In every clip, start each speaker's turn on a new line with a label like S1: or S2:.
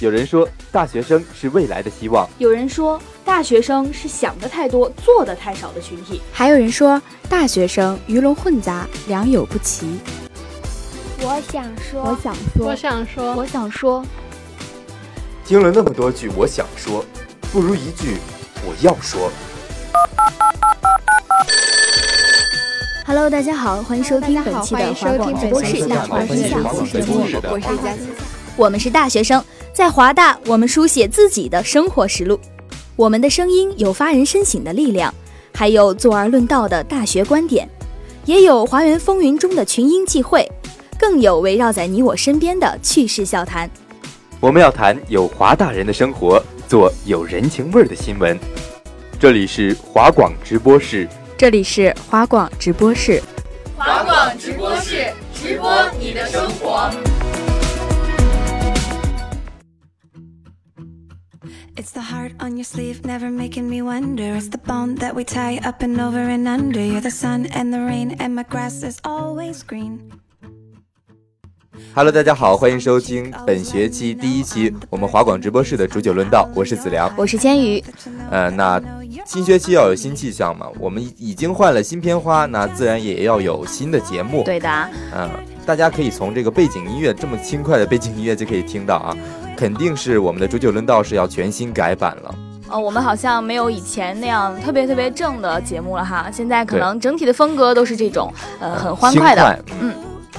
S1: 有人说，大学生是未来的希望。
S2: 有人说，大学生是想的太多、做的太少的群体。
S3: 还有人说，大学生鱼龙混杂，良莠不齐。
S4: 我想说，
S5: 我想说，
S6: 我想说，
S7: 我想说。
S1: 听了那么多句，我想说，不如一句我要说。
S3: Hello，大家好，欢迎收听本期的华广直播室
S6: 大
S3: 华分享，
S1: 我是
S6: 我是佳琪。
S3: 我们是大学生，在华大，我们书写自己的生活实录。我们的声音有发人深省的力量，还有坐而论道的大学观点，也有华园风云中的群英际会，更有围绕在你我身边的趣事笑谈。
S1: 我们要谈有华大人的生活，做有人情味儿的新闻。这里是华广直播室。
S3: 这里是华广直播室，
S8: 华广直播室直播你的生活。
S9: It's the heart on your sleeve, never making me wonder. It's the bone that we tie up and over and under. You're the sun and the rain, and my grass is always green.
S1: Hello，大家好，欢迎收听本学期第一期我们华广直播室的煮酒论道，我是子良，
S3: 我是千羽。
S1: 呃，那新学期要有新气象嘛，我们已经换了新片花，那自然也要有新的节目。
S3: 对的。
S1: 嗯、呃，大家可以从这个背景音乐这么轻快的背景音乐就可以听到啊，肯定是我们的煮酒论道是要全新改版了。
S10: 呃，我们好像没有以前那样特别特别正的节目了哈，现在可能整体的风格都是这种呃很欢快的，
S1: 快
S10: 嗯。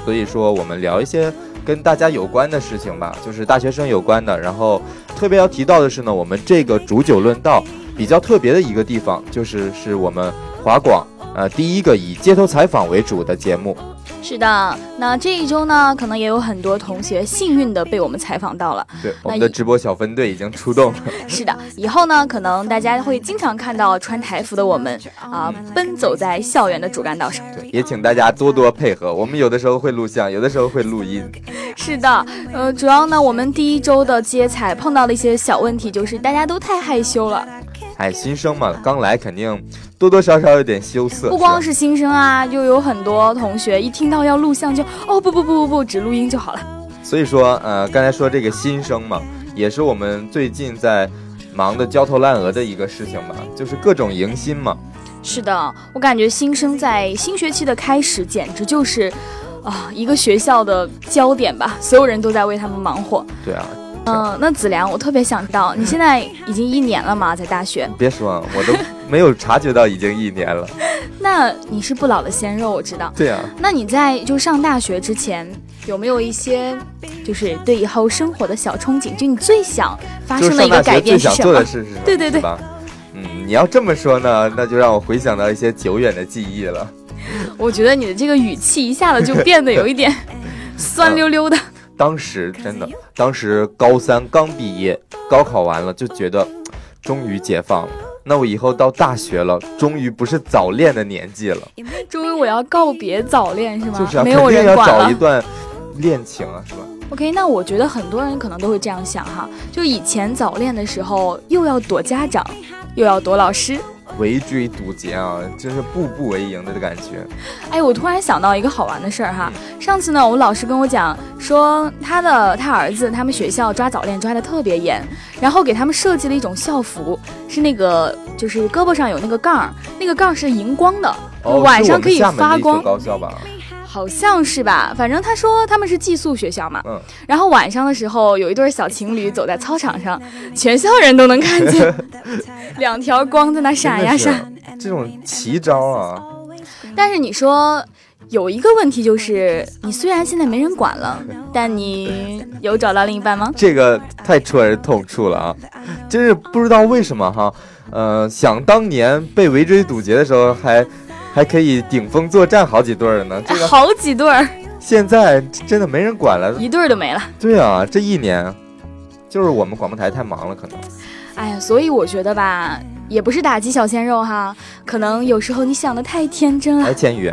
S1: 所以说，我们聊一些跟大家有关的事情吧，就是大学生有关的。然后特别要提到的是呢，我们这个煮酒论道比较特别的一个地方，就是是我们华广呃第一个以街头采访为主的节目。
S10: 是的，那这一周呢，可能也有很多同学幸运的被我们采访到了。
S1: 对，我们的直播小分队已经出动了。
S10: 是的，以后呢，可能大家会经常看到穿台服的我们啊、呃，奔走在校园的主干道上。
S1: 对，也请大家多多配合。我们有的时候会录像，有的时候会录音。
S10: 是的，呃，主要呢，我们第一周的接采碰到的一些小问题，就是大家都太害羞了。
S1: 哎，新生嘛，刚来肯定多多少少有点羞涩。
S10: 不光是新生啊，又有很多同学一听到要录像就哦不不不不不，只录音就好了。
S1: 所以说，呃，刚才说这个新生嘛，也是我们最近在忙的焦头烂额的一个事情吧，就是各种迎新嘛。
S10: 是的，我感觉新生在新学期的开始，简直就是啊、呃、一个学校的焦点吧，所有人都在为他们忙活。
S1: 对啊。
S10: 嗯，那子良，我特别想
S1: 嗯
S10: 知道，你现在已经一年了吗？在大学？
S1: 别说，啊我都没有察觉到已经一年了。
S10: 那你是不老的鲜肉，我知道。
S1: 对啊。
S10: 那你在就上大学之前，有没有一些就是对以后生活的小憧憬？就你最想发生的一个改变是什么？
S1: 最想做的事是什么？
S10: 对对对。
S1: 嗯，你要这么说呢，那就让我回想到一些久远的记忆了。
S10: 我觉得你的这个语气一下子就变得有一点 酸溜溜的。嗯
S1: 当时真的，当时高三刚毕业，高考完了就觉得，终于解放了。那我以后到大学了，终于不是早恋的年纪了。
S10: 终于我要告别早恋是吗？
S1: 就是啊，
S10: 没有人
S1: 要找一段恋情啊，是吧
S10: ？OK，那我觉得很多人可能都会这样想哈，就以前早恋的时候，又要躲家长，又要躲老师。
S1: 围追堵截啊，真是步步为营的感觉。
S10: 哎，我突然想到一个好玩的事儿哈。嗯、上次呢，我们老师跟我讲说，他的他儿子他们学校抓早恋抓的特别严，然后给他们设计了一种校服，是那个就是胳膊上有那个杠，那个杠是荧光的，
S1: 哦、
S10: 晚上可以发光。
S1: 高校吧。
S10: 好像是吧，反正他说他们是寄宿学校嘛。
S1: 嗯。
S10: 然后晚上的时候，有一对小情侣走在操场上，全校人都能看见，两条光在那闪呀闪。
S1: 这种奇招啊！
S10: 但是你说有一个问题就是，你虽然现在没人管了，但你有找到另一半吗？
S1: 这个太戳人痛处了啊！真是不知道为什么哈，呃，想当年被围追堵截的时候还。还可以顶风作战好几对儿呢，这个
S10: 好几对儿，
S1: 现在真的没人管了，
S10: 一对儿都没了。
S1: 对啊，这一年就是我们广播台太忙了，可能。
S10: 哎呀，所以我觉得吧，也不是打击小鲜肉哈，可能有时候你想的太天真了。
S1: 哎，千羽，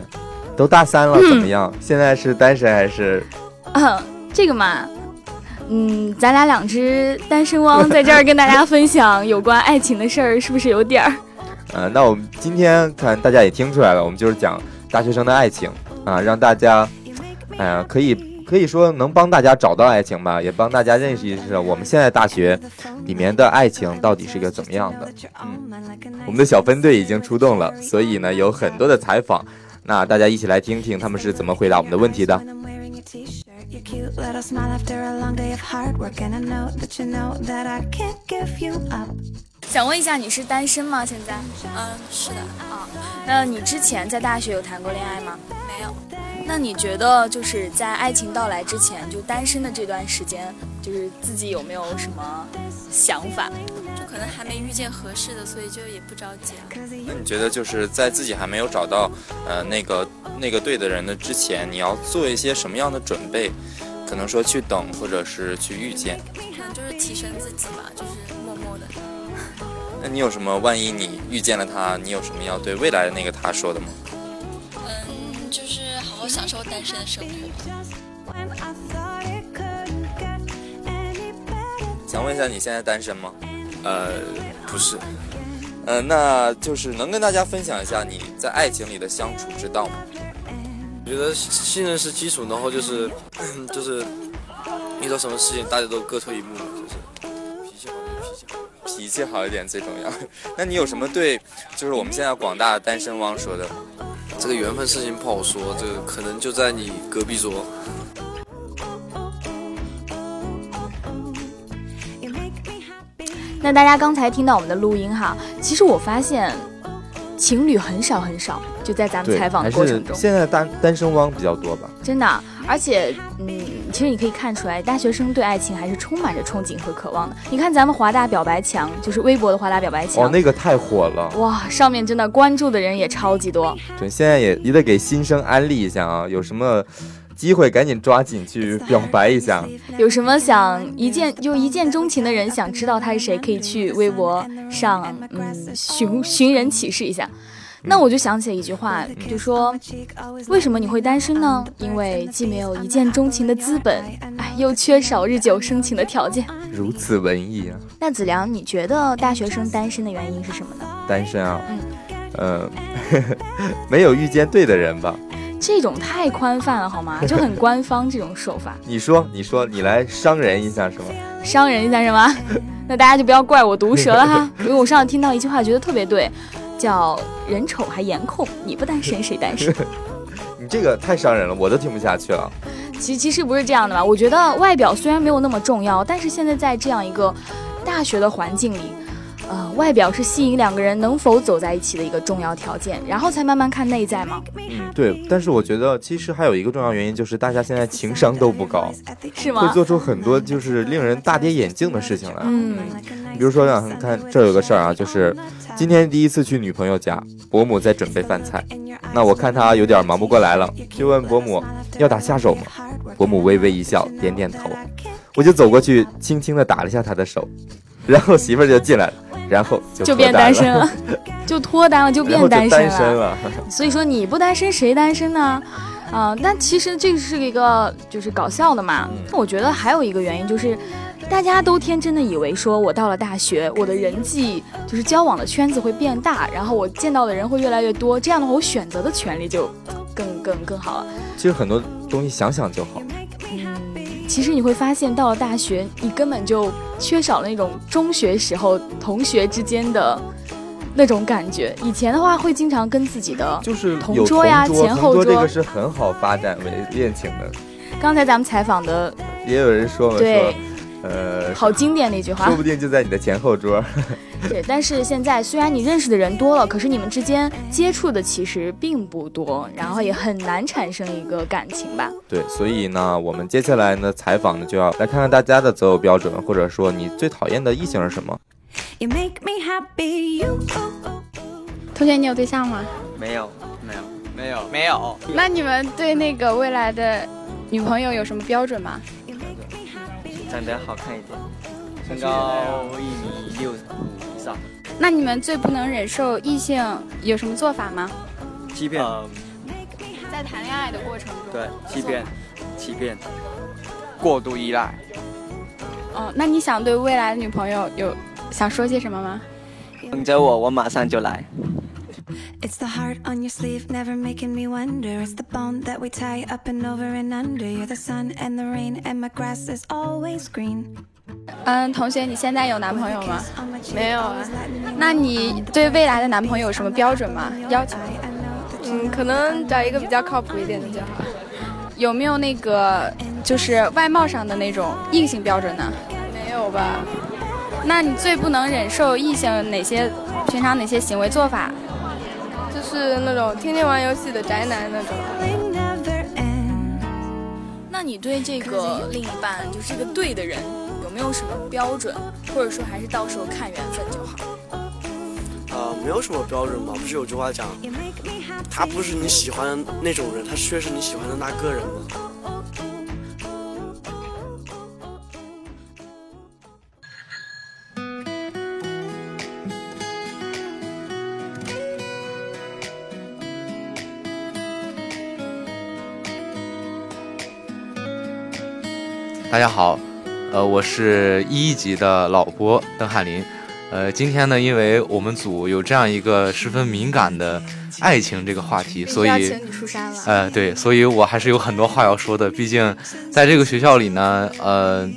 S1: 都大三了，怎么样？嗯、现在是单身还是？
S10: 嗯， 这个嘛，嗯，咱俩两只单身汪在这儿跟大家分享有关爱情的事儿，是不是有点儿？
S1: 呃，那我们今天看大家也听出来了，我们就是讲大学生的爱情啊、呃，让大家，呃，可以可以说能帮大家找到爱情吧，也帮大家认识认识我们现在大学里面的爱情到底是个怎么样的。嗯，我们的小分队已经出动了，所以呢有很多的采访，那大家一起来听听他们是怎么回答我们的问题的。
S9: You're cute, little smile after a long day of hard work, and I know that you know that I can't give you up.
S10: 想问一下，你是单身吗？现在？
S5: 嗯，是的，
S10: 啊、那你之前在大学有谈过恋爱吗？
S5: 没有，
S10: 那你觉得就是在爱情到来之前，就单身的这段时间，就是自己有没有什么想法？
S5: 就可能还没遇见合适的，所以就也不着急啊。
S6: 那你觉得就是在自己还没有找到呃那个那个对的人的之前，你要做一些什么样的准备？可能说去等，或者是去遇见。
S5: 可能就是提升自己吧，就是默默的。
S6: 那你有什么？万一你遇见了他，你有什么要对未来的那个他说的吗？
S5: 嗯，就是好好享受单身的生活。
S9: When I thought it couldn't get any better,
S6: 想问一下，你现在单身吗？
S7: 呃，不是，
S6: 呃，那就是能跟大家分享一下你在爱情里的相处之道吗？
S7: 我觉得信任是基础，然后就是就是遇到什么事情大家都各退一步嘛，就是脾气好就脾气好。
S6: 脾气好一点最重要。 那你有什么对，就是我们现在广大单身汪说的？
S7: 这个缘分事情不好说，这个可能就在你隔壁桌。
S9: you make me happy.
S10: 那大家刚才听到我们的录音哈，其实我发现情侣很少很少，就在咱们
S1: 对，
S10: 采访
S1: 还
S10: 的过
S1: 是
S10: 程中，
S1: 现在单单身汪比较多吧？
S10: 真的。而且，嗯，其实你可以看出来，大学生对爱情还是充满着憧憬和渴望的。你看咱们华大表白墙，就是微博的华大表白墙，
S1: 哦，那个太火了，
S10: 哇，上面真的关注的人也超级多。
S1: 对，现在也也得给新生安利一下啊，有什么机会赶紧抓紧 去表白一下。
S10: 有什么想一见就一见钟情的人，想知道他是谁，可以去微博上嗯寻寻人启事一下。那我就想起了一句话，就说为什么你会单身呢？因为既没有一见钟情的资本，哎，又缺少日久生情的条件。
S1: 如此文艺啊，
S10: 那子良，你觉得大学生单身的原因是什么呢？
S1: 单身啊，
S10: 嗯
S1: 呃， 没有遇见对的人吧？
S10: 这种太宽泛了好吗？就 很官方这种说法，
S1: 你说，你说，你来伤人一下是吗？
S10: 伤人一下是吗？ 那大家就不要怪我毒舌了 哈，因为我上次听到一句话，觉得特别对，叫“人丑还颜控”，你不单身谁单 身？
S1: 你这个太伤人了，我都听不下去了。
S10: 其其实不是这样的吧？我觉得外表虽然没有那么重要，但是现在在这样一个大学的环境里，呃，外表是吸引两个人能否走在一起的一个重要条件，然后才慢慢看内在嘛，
S1: 嗯，对，但是我觉得其实还有一个重要原因就是大家现在情商都不高，
S10: 是
S1: 会
S10: 吗？
S1: 做出很多就是令人大跌眼镜的事情来。
S10: 嗯，
S1: 比如说呢，看这儿有个事儿啊，就是今天第一次去女朋友家，伯母在准备饭菜，那我看她有点忙不过来了，就问伯母要打下手吗？伯母微微一笑，点点头，我就走过去轻轻的打了一下她的手，然后媳妇儿就进来了，然后就
S10: 就
S1: 脱
S10: 变
S1: 单
S10: 单身 了， 就脱单了，就
S1: 然
S10: 变
S1: 后就
S10: 单
S1: 单
S10: 身了。
S1: 身了。
S10: 所以说你不单身谁单身呢？啊、但其实这是一个就是搞笑的嘛。那我觉得还有一个原因就是，大家都天真的以为说我到了大学，我的人际就是交往的圈子会变大，然后我见到的人会越来越多，这样的话我选择的权利就更更更好了。嗯
S1: 其实很多东西想想就好。
S10: 其实你会发现，到了大学，你根本就缺少了那种中学时候同学之间的那种感觉。以前的话，会经常跟自己的
S1: 就是
S10: 同
S1: 有
S10: 桌呀
S1: 同桌
S10: 前后
S1: 同桌这
S10: 桌
S1: 个是很好发展为恋情的。
S10: 刚才咱们采访的
S1: 也有人说嘛，
S10: 对
S1: 说，呃，
S10: 好经典的一句话
S1: 说，不定就在你的前后桌。
S10: 对，但是现在虽然你认识的人多了，可是你们之间接触的其实并不多，然后也很难产生一个感情吧。
S1: 对，所以呢，我们接下来呢，采访呢就要来看看大家的择偶标准，或者说你最讨厌的异性是什么？
S9: You make me happy, you. oh, oh, oh.
S11: 同学，你有对象吗？
S12: 没有，没有，没有，没有。
S11: 那你们对那个未来的女朋友有什么标准吗？
S12: 长得好看一点，身高一米六五以上，
S11: 那你们最不能忍受异性有什么做法吗？
S12: 欺骗，
S11: 在谈恋爱的过程中，
S12: 嗯对，欺骗，欺骗，过度依赖，
S11: 哦，那你想对未来的女朋友有想说些什么吗？
S12: 等着我，我马上就来。
S9: It's the heart on your sleeve, never making me wonder. It's the bone that we tie up and over and under. You're the sun and the rain, and my grass is always green.
S13: 嗯，同学，你现在有 男朋友吗？没有啊。那你对未来的男朋友有什么标准吗？要求？
S11: 嗯，可能找一个比较靠谱一点的就好。
S13: 有没有那个就是外貌上的那种硬性标准呢？
S11: 没有吧？
S13: 那你最不能忍受异性哪些平常哪些行为做法？
S11: 就是那种天天玩游戏的宅男那种。
S10: 那你对这个另一半，就是这个对的人，有没有什么标准，或者说还是到时候看缘分就好？
S14: 呃，没有什么标准吧。不是有句话讲，他不是你喜欢的那种人，他却是你喜欢的那个人吗？
S15: 大家好，呃，我是一一级的老播邓翰林，呃，今天呢，因为我们组有这样一个十分敏感的爱情这个话题，所
S16: 要
S15: 以
S16: 请，你出山了。
S15: 呃，对，所以我还是有很多话要说的。毕竟在这个学校里呢，呃，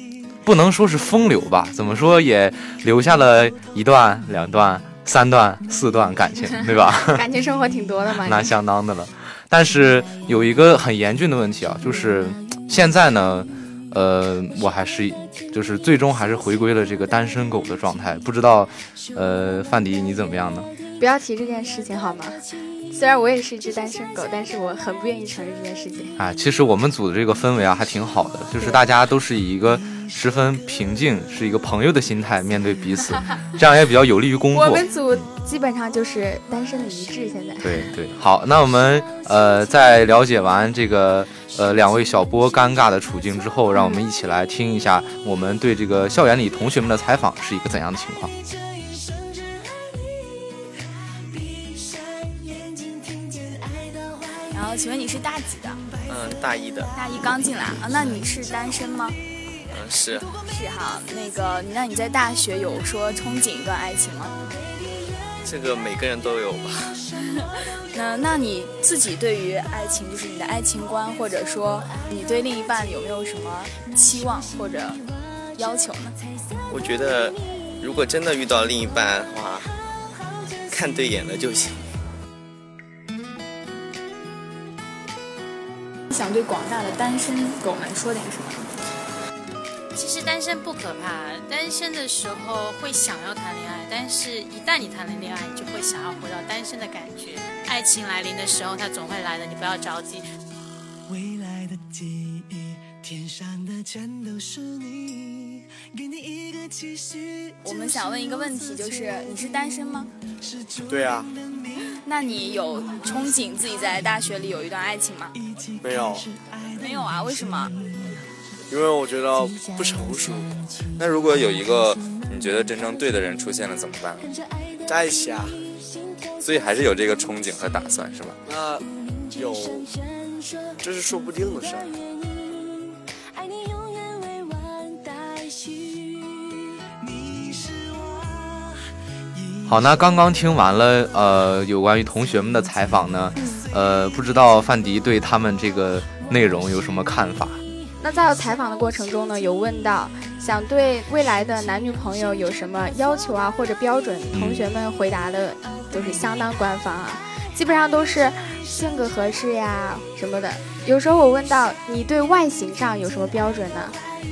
S15: 不能说是风流吧，怎么说也留下了一段、两段、三段、四段感情，对吧？
S11: 感情生活挺多的嘛。
S15: 那
S11: 你
S15: 相当的了。但是有一个很严峻的问题啊，就是现在呢，呃，我还是就是最终还是回归了这个单身狗的状态。不知道，呃，范迪你怎么样呢？
S11: 不要提这件事情好吗？虽然我也是一只单身狗，但是我很不愿意承认这件事情。
S15: 啊，其实我们组的这个氛围啊还挺好的，就是大家都是以一个十分平静、是一个朋友的心态面对彼此，这样也比较有利于工
S11: 我
S15: 作。
S11: 们组基本上就是单身的一致，现在。
S15: 对对，好，那我们呃在了解完这个呃两位小波尴尬的处境之后，让我们一起来听一下我们对这个校园里同学们的采访是一个怎样的情况。
S10: 然后，请问你是大几的？
S17: 嗯，大一的，
S10: 大一刚进来啊？那你是单身吗？
S17: 嗯是，
S10: 是哈。那个，那你在大学有说憧憬一段爱情吗？
S17: 这个每个人都有吧？
S10: 那那你自己对于爱情，就是你的爱情观，或者说你对另一半有没有什么期望或者要求呢？
S17: 我觉得如果真的遇到另一半的话，看对眼了就行。
S10: 想对广大的单身狗们说点什么？
S18: 其实单身不可怕，单身的时候会想要谈恋爱，但是一旦你谈了恋爱，你就会想要回到单身的感觉。爱情来临的时候，它总会来的，你不要着急。
S19: 未来的记忆，天上的全都是你，给你一个期许。
S10: 我们想问一个问题，就是你是单身吗？
S14: 对啊，
S10: 那你有憧憬自己在大学里有一段爱情吗？
S14: 没有，
S10: 没有啊，为什么？
S14: 因为我觉得不成熟。
S1: 那如果有一个你觉得真正对的人出现了怎么办？
S14: 在一起啊，
S1: 所以还是有这个憧憬和打算，是吧？
S14: 那有，这是说不定的事儿。
S15: 好，那刚刚听完了呃有关于同学们的采访呢，呃，不知道范迪对他们这个内容有什么看法？
S11: 那在采访的过程中呢，有问到想对未来的男女朋友有什么要求啊，或者标准，同学们回答的都是相当官方啊，基本上都是性格合适呀什么的。有时候我问到你对外形上有什么标准呢？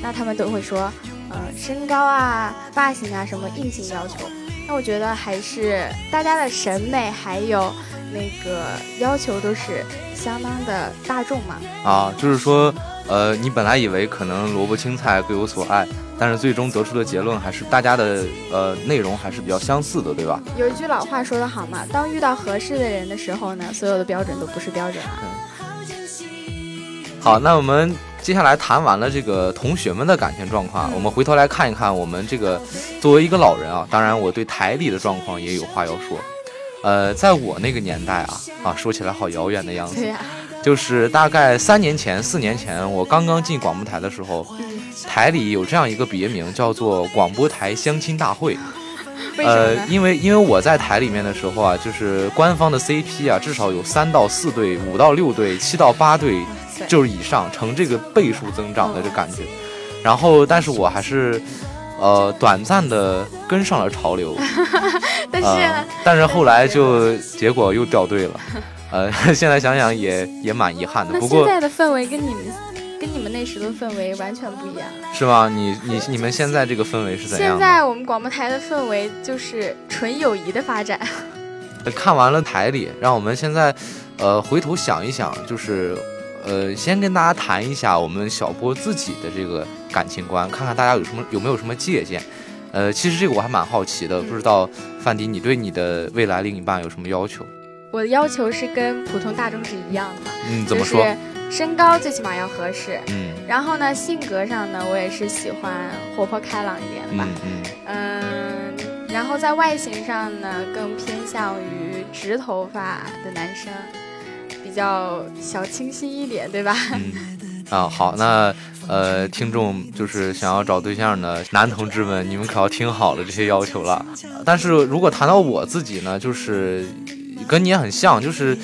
S11: 那他们都会说，呃，身高啊、发型啊什么硬性要求。那我觉得还是大家的审美还有那个要求都是相当的大众嘛。
S15: 啊，就是说，呃，你本来以为可能萝卜青菜各有所爱，但是最终得出的结论还是大家的呃内容还是比较相似的，对吧？
S11: 有一句老话说得好嘛，当遇到合适的人的时候呢，所有的标准都不是标准啊了。
S15: 好，那我们接下来谈完了这个同学们的感情状况，我们回头来看一看我们这个作为一个老人啊，当然我对台里的状况也有话要说。呃，在我那个年代啊，啊，说起来好遥远的样子，
S11: 对呀、啊
S15: 就是大概三年前、四年前，我刚刚进广播台的时候，台里有这样一个别名叫做“广播台相亲大会”。
S11: 为什么
S15: 呃
S11: 呢，？
S15: 因为因为我在台里面的时候啊，就是官方的 CP 啊，至少有三到四对、五到六对、七到八对，就是以上呈这个倍数增长
S11: 嗯
S15: 的这感觉。然后，但是我还是呃短暂的跟上了 潮流，
S11: 但是、啊
S15: 呃，但是后来就结果又掉队了。呃， 现在想想也也蛮遗憾的，
S11: 那
S15: 不
S11: 现
S15: 过
S11: 在的氛围跟你们跟你们那时的氛围完全不一样。
S15: 是吗？你你你们现在这个氛围是怎
S11: 现
S15: 样的？
S11: 在我们广播台的氛围就是纯友谊的发展。
S15: 看完了台里，让我们现在，呃，回头想一想，就是，呃，先跟大家谈一下我们小波自己的这个感情观，看看大家有什么有没有什么界限。呃，其实这个我还蛮好奇的，不知道范迪你对你的未来另一半有什么要求？
S11: 我的要求是跟普通大众是一样的，
S15: 嗯，怎么说？
S11: 就是身高最起码要合适，
S15: 嗯
S11: 然后呢，性格上呢，我也是喜欢活泼开朗一点的吧，
S15: 嗯嗯，
S11: 嗯，然后在外形上呢，更偏向于直头发的男生，比较小清新一点，对吧？
S15: 啊，好，那呃，听众就是想要找对象的男同志们，你们可要听好了这些要求了。但是如果谈到我自己呢，就是跟你也很像，就是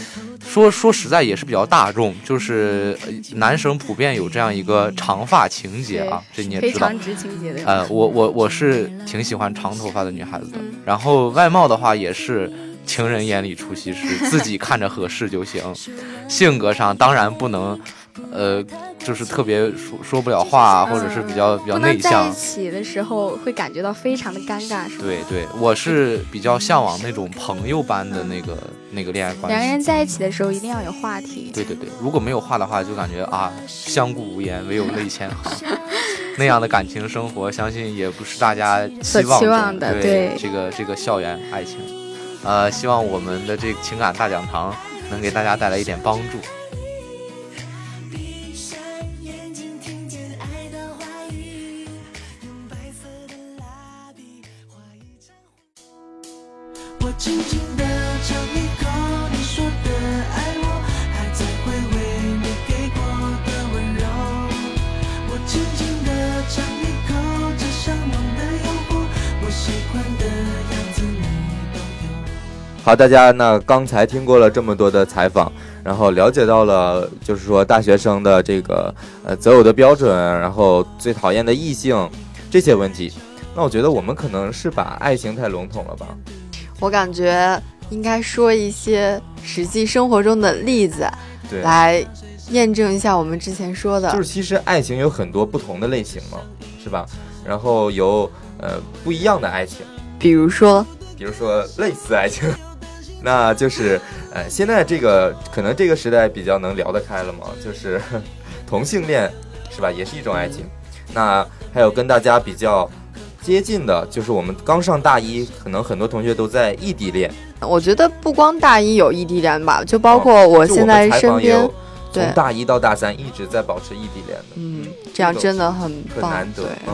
S15: 说说实在也是比较大众，就是呃男生普遍有这样一个长发情节啊，这你也
S11: 非
S15: 知道
S11: 常。直情节的。
S15: 呃，我我我是挺喜欢长头发的女孩子的，然后外貌的话也是情人眼里出西施，自己看着合适就行。性格上当然不能，呃，就是特别说说不了话啊，或者是比较比较
S11: 不
S15: 内
S11: 能在
S15: 向
S11: 一。起的时候会感觉到非常的尴尬，是吧？
S15: 对对，我是比较向往那种朋友般的那个那个恋爱关
S11: 两个
S15: 系。
S11: 人在一起的时候一定要有话题。
S15: 对对对，如果没有话的话，就感觉啊，相顾无言，唯有泪千行。 那样的感情生活，相信也不是大家
S11: 所
S15: 期望
S11: 期
S15: 中
S11: 望的
S15: 对
S11: 对
S15: 这个这个校园爱情。呃，希望我们的这个情感大讲堂能给大家带来一点帮助。
S20: 闭上眼睛，听见爱的话语，用白色的蜡笔画一张。我轻轻地尝一口你说的爱我，还在回味你给过的温柔。我轻轻地尝一口这香浓的诱惑，我喜欢的样子你。
S1: 好，大家那刚才听过了这么多的采访，然后了解到了，就是说大学生的这个呃择偶的标准，然后最讨厌的异性这些问题。那我觉得我们可能是把爱情太笼统了吧？
S21: 我感觉应该说一些实际生活中的例子，
S1: 对
S21: 来验证一下我们之前说的。
S1: 就是其实爱情有很多不同的类型嘛，是吧？然后有呃不一样的爱情，
S21: 比如说，
S1: 比如说类似爱情， 那就是呃现在这个可能这个时代比较能聊得开了嘛，就是 同性恋是吧，也是一种爱情。那还有跟大家比较接近的，就是我们刚上大一，可能很多同学都在异地恋，
S21: 我觉得不光大一有异地恋吧，就包
S15: 哦
S21: 括我
S1: 就
S21: 现
S1: 们
S21: 在
S1: 采
S21: 身
S1: 访也
S21: 边
S1: 有，
S21: 对
S1: 从，大一到大三一直在保持异地恋的，
S21: 嗯，这样真的很
S1: 很
S21: 棒，
S1: 难得
S21: 对。，
S1: 嗯。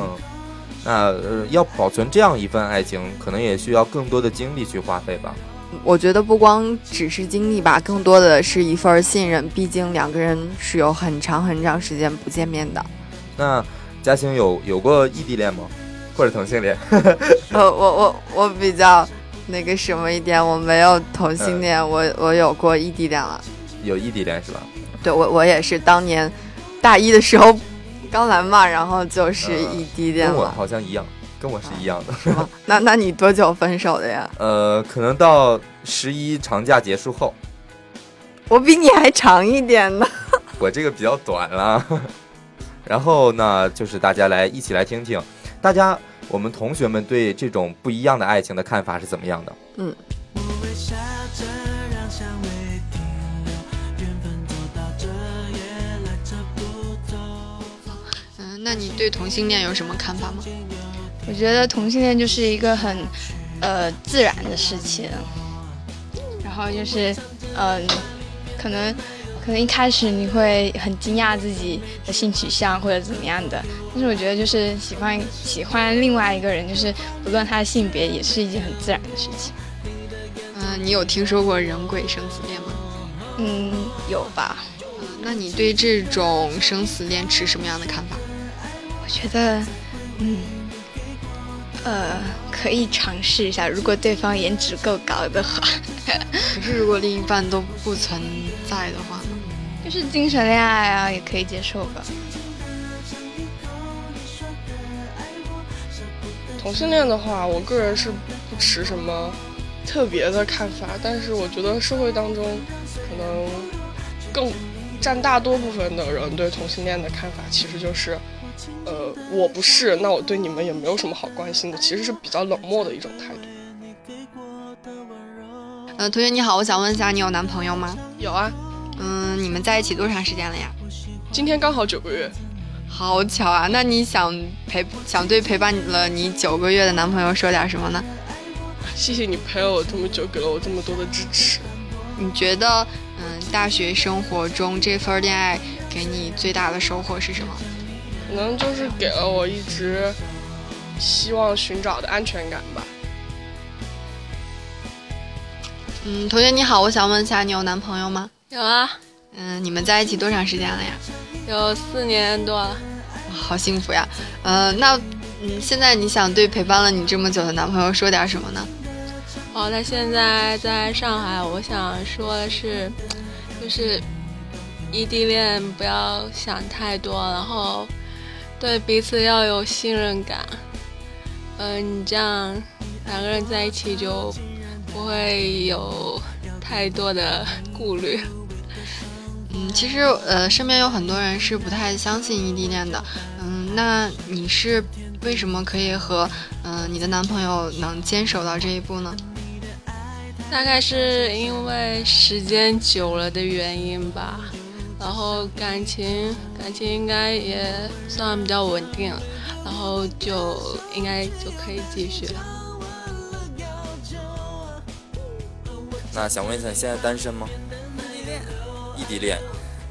S1: 那呃，要保存这样一份爱情，可能也需要更多的精力去花费吧。
S21: 我觉得不光只是经历吧，更多的是一份信任，毕竟两个人是有很长很长时间不见面的。
S1: 那嘉兴有有过异地恋吗？或者同性恋？
S21: 呃， 我我我比较那个什么一点，我没有同性恋，我我有过异地恋了。
S1: 有异地恋是吧？
S21: 对我我也是当年大一的时候刚来嘛，然后就是异地恋
S1: 跟我
S21: 了。
S1: 好像一样，跟我是一样的。
S21: 那那你多久分手的呀？
S1: 呃，可能到十一长假结束后，
S21: 我比你还长一点呢。
S1: 我这个比较短了。 然后呢，就是大家来一起来听听，大家我们同学们对这种不一样的爱情的看法是怎么样的？
S21: 嗯。
S20: 我微笑着让香味停留，缘分走到这也来者不走。
S22: 嗯，那你对同性恋有什么看法吗？
S23: 我觉得同性恋就是一个很，呃，自然的事情。然后就是，嗯、可能，可能一开始你会很惊讶自己的性取向或者怎么样的，但是我觉得就是喜欢喜欢另外一个人，就是不论他的性别，也是一件很自然的事情。
S22: 嗯，你有听说过人鬼生死恋吗？嗯
S23: 嗯，有吧？
S22: 那你对这种生死恋持什么样的看法？
S23: 我觉得，嗯，
S11: 呃，可以尝试一下，如果对方颜值够高的话。
S22: 可是如果另一半都不存在的话呢，
S11: 就是精神恋爱啊，也可以接受吧。
S24: 同性恋的话，我个人是不持什么特别的看法，但是我觉得社会当中可能更占大多部分的人对同性恋的看法，其实就是，呃，我不是，那我对你们也没有什么好关心的，其实是比较冷漠的一种态度。
S22: 呃，同学你好，我想问一下，你有男朋友吗？
S24: 有啊，
S22: 嗯，你们在一起多长时间了呀？
S24: 今天刚好九个月。
S22: 好巧啊！那你想陪想对陪伴了你九个月的男朋友说点什么呢？
S24: 谢谢你陪了我这么久，给了我这么多的支持。
S22: 你觉得，嗯，大学生活中这份恋爱给你最大的收获是什么？
S24: 可能就是给了我一直希望寻找的安全感吧。
S22: 嗯，同学你好，我想问一下，你有男朋友吗？
S25: 有啊，
S22: 嗯，你们在一起多长时间了呀？
S25: 有四年多了。
S22: 好幸福呀。呃，那嗯，现在你想对陪伴了你这么久的男朋友说点什么呢？
S25: 哦，他现在在上海，我想说的是，就是异地恋不要想太多，然后对彼此要有信任感。嗯、你这样两个人在一起就不会有太多的顾虑。
S22: 嗯，其实呃，身边有很多人是不太相信异地恋的。嗯，那你是为什么可以和嗯、呃你的男朋友能坚守到这一步呢？
S25: 大概是因为时间久了的原因吧，然后感情感情应该也算比较稳定了，然后就应该就可以继续了。
S14: 那想问一下，你现在单身吗？异地恋，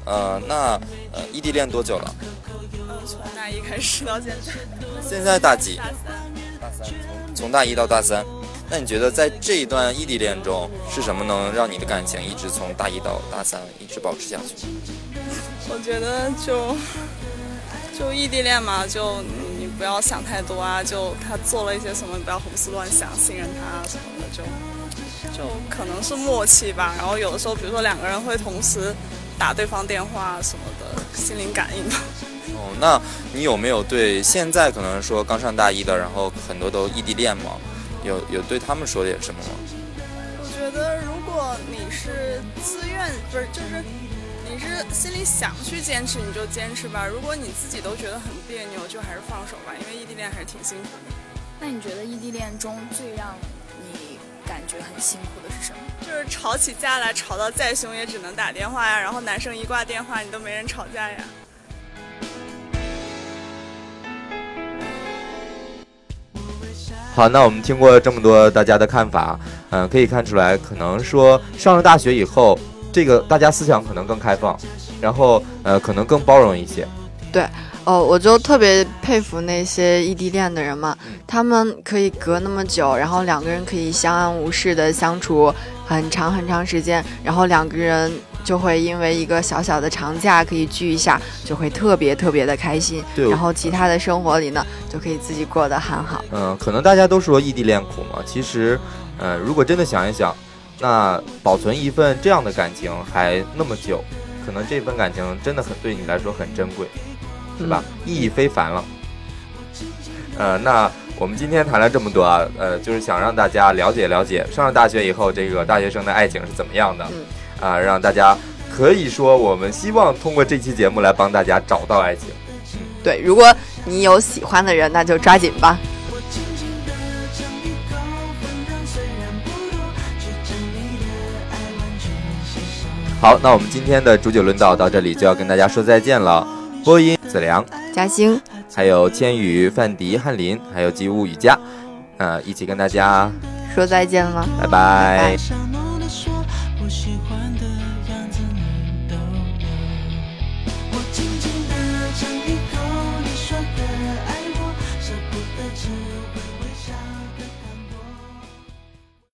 S14: 呃，那呃，异地恋多久了？
S10: 从大一开始到现在，
S14: 现在大几？
S10: 大三，大三。
S14: 从大一到大三。那你觉得在这一段异地恋中，是什么能让你的感情一直从大一到大三一直保持下去？
S10: 我觉得就就异地恋嘛，就嗯你不要想太多啊，就他做了一些什么，你不要胡思乱想，信任他啊什么的，就就可能是默契吧。然后有的时候，比如说两个人会同时打对方电话啊什么的，心灵感应吧。
S14: 哦，那你有没有对现在可能说刚上大一的，然后很多都异地恋嘛，有有对他们说点什么吗？
S10: 我觉得如果你是自愿，不是就是你是心里想去坚持，你就坚持吧。如果你自己都觉得很别扭，就还是放手吧，因为异地恋还是挺辛苦的。
S26: 那你觉得异地恋中最让你感觉很辛苦的是什么？
S10: 就是吵起架来，吵到再凶也只能打电话呀。然后男生一挂电话，你都没人吵架呀。
S1: 好，那我们听过这么多大家的看法，嗯、可以看出来，可能说上了大学以后，这个大家思想可能更开放，然后呃，可能更包容一些。
S27: 对，哦，我就特别佩服那些异地恋的人嘛，他们可以隔那么久，然后两个人可以相安无事的相处很长很长时间，然后两个人就会因为一个小小的长假可以聚一下，就会特别特别的开心。
S1: 对
S27: 然后其他的生活里呢，就可以自己过得很好。
S1: 嗯、可能大家都说异地恋苦嘛，其实，呃，如果真的想一想，那保存一份这样的感情还那么久，可能这份感情真的很对你来说很珍贵，是吧？意义非凡了。呃，那我们今天谈了这么多啊，呃，就是想让大家了解了解上了大学以后这个大学生的爱情是怎么样的，
S27: 嗯
S1: 啊、让大家可以说我们希望通过这期节目来帮大家找到爱情。
S27: 对，如果你有喜欢的人，那就抓紧吧。
S1: 好，那我们今天的煮酒论道到这里就要跟大家说再见了。播音子良、
S27: 嘉兴，
S1: 还有千羽、范迪、翰林，还有吉物雨佳，呃，一起跟大家
S27: 说再见了。
S1: 拜拜